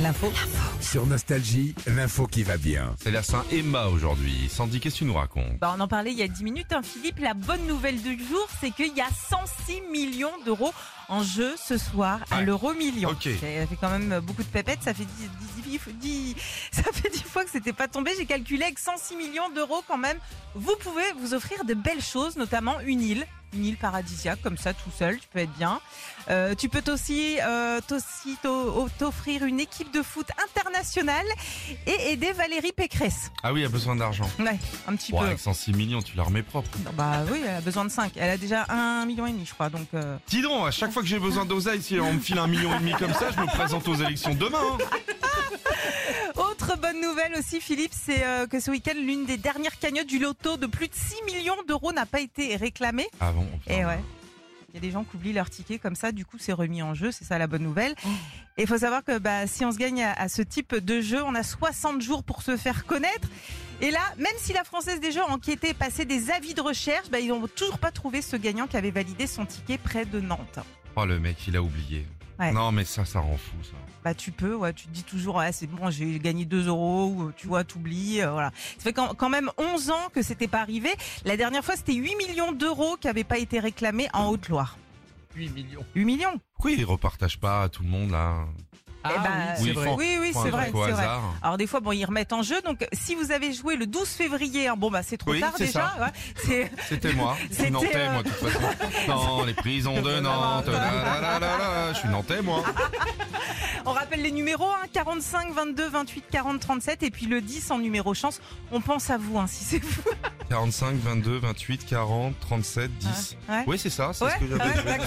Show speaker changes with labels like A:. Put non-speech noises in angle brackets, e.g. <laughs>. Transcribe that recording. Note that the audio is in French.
A: L'info.
B: Sur Nostalgie, l'info qui va bien.
C: C'est la Saint-Emma aujourd'hui. Sandy, qu'est-ce que tu nous racontes
A: Bah, on en parlait il y a 10 minutes, hein, Philippe. La bonne nouvelle du jour, c'est qu'il y a 106 millions d'euros en jeu ce soir à
C: Ouais.
A: l'euro million.
C: Ok.
A: Ça fait quand même beaucoup de pépettes. Ça fait 10, 10 10 <laughs> ça fait 10 fois que c'était pas tombé. J'ai calculé avec 106 millions d'euros quand même. Vous pouvez vous offrir de belles choses, notamment une île. Une île paradisiaque, comme ça, tout seul, tu peux être bien. Euh, tu peux euh, aussi t'offrir une équipe de foot internationale et aider Valérie Pécresse.
C: Ah oui, il a besoin d'argent.
A: Ouais, un petit
C: Bon,
A: peu.
C: avec 106 millions, tu la remets propre.
A: Non, bah oui, elle a besoin de 5. Elle a déjà un million et demi, je crois. Donc euh,
C: Dis donc, à chaque fois que j'ai besoin d'oseille, si on me file un million et demi comme ça, je me présente aux élections demain. hein.
A: Autre bonne nouvelle aussi, Philippe, c'est euh, que ce week-end, l'une des dernières cagnottes du loto de plus de 6 millions d'euros n'a pas été réclamée.
C: Ah bon oh, putain.
A: Et Eh ouais. Il y a des gens qui oublient leur ticket comme ça, du coup c'est remis en jeu, c'est ça la bonne nouvelle. Et il faut savoir que bah, si on se gagne à, à ce type de jeu, on a 60 jours pour se faire connaître. Et là, même si la Française des Jeux a enquêté et passé des avis de recherche, bah, ils n'ont toujours pas trouvé ce gagnant qui avait validé son ticket près de Nantes.
C: Oh, le mec, il a oublié.
A: Ouais.
C: Non, mais ça, ça rend fou, ça.
A: Bah tu peux, ouais, tu te dis toujours, ouais, c'est bon, j'ai gagné 2 euros, ou tu vois, t'oublies, euh, voilà. Ça fait quand, quand même 11 ans que c'était pas arrivé. La dernière fois, c'était 8 millions d'euros qui n'avaient pas été réclamés en Haute-Loire.
D: 8 millions.
A: 8 millions
C: Pourquoi il repartage pas à tout le monde, là
D: Ah,
A: bah,
D: oui, c'est
C: oui,
D: vrai.
C: Franck.
A: Oui, oui,
C: Prends un
A: c'est vrai,
C: truc au
A: c'est vrai.
C: hasard.
A: Alors des fois, bon, ils remettent en jeu, donc si vous avez joué le 12 février, hein, bon bah c'est trop
C: Oui,
A: tard
C: c'est
A: déjà. ouais. C'est-
C: C'était moi. Je suis
A: C'était,
C: nantais,
A: euh,
C: moi, de toute façon. Dans les prisons de Nantes. la, la, la, la, la, Je suis nantais,
A: <laughs>
C: moi.
A: On rappelle les numéros, hein, 45, 22, 28, 40, 37, et puis le 10 en numéro chance. On pense à vous, hein, si c'est vous.
C: 45, 22, 28, 40, 37, 10.
A: Ouais.
C: Oui, c'est ça, c'est
A: Ouais,
C: ce que j'avais
A: ouais,
C: trouvé.
A: d'accord.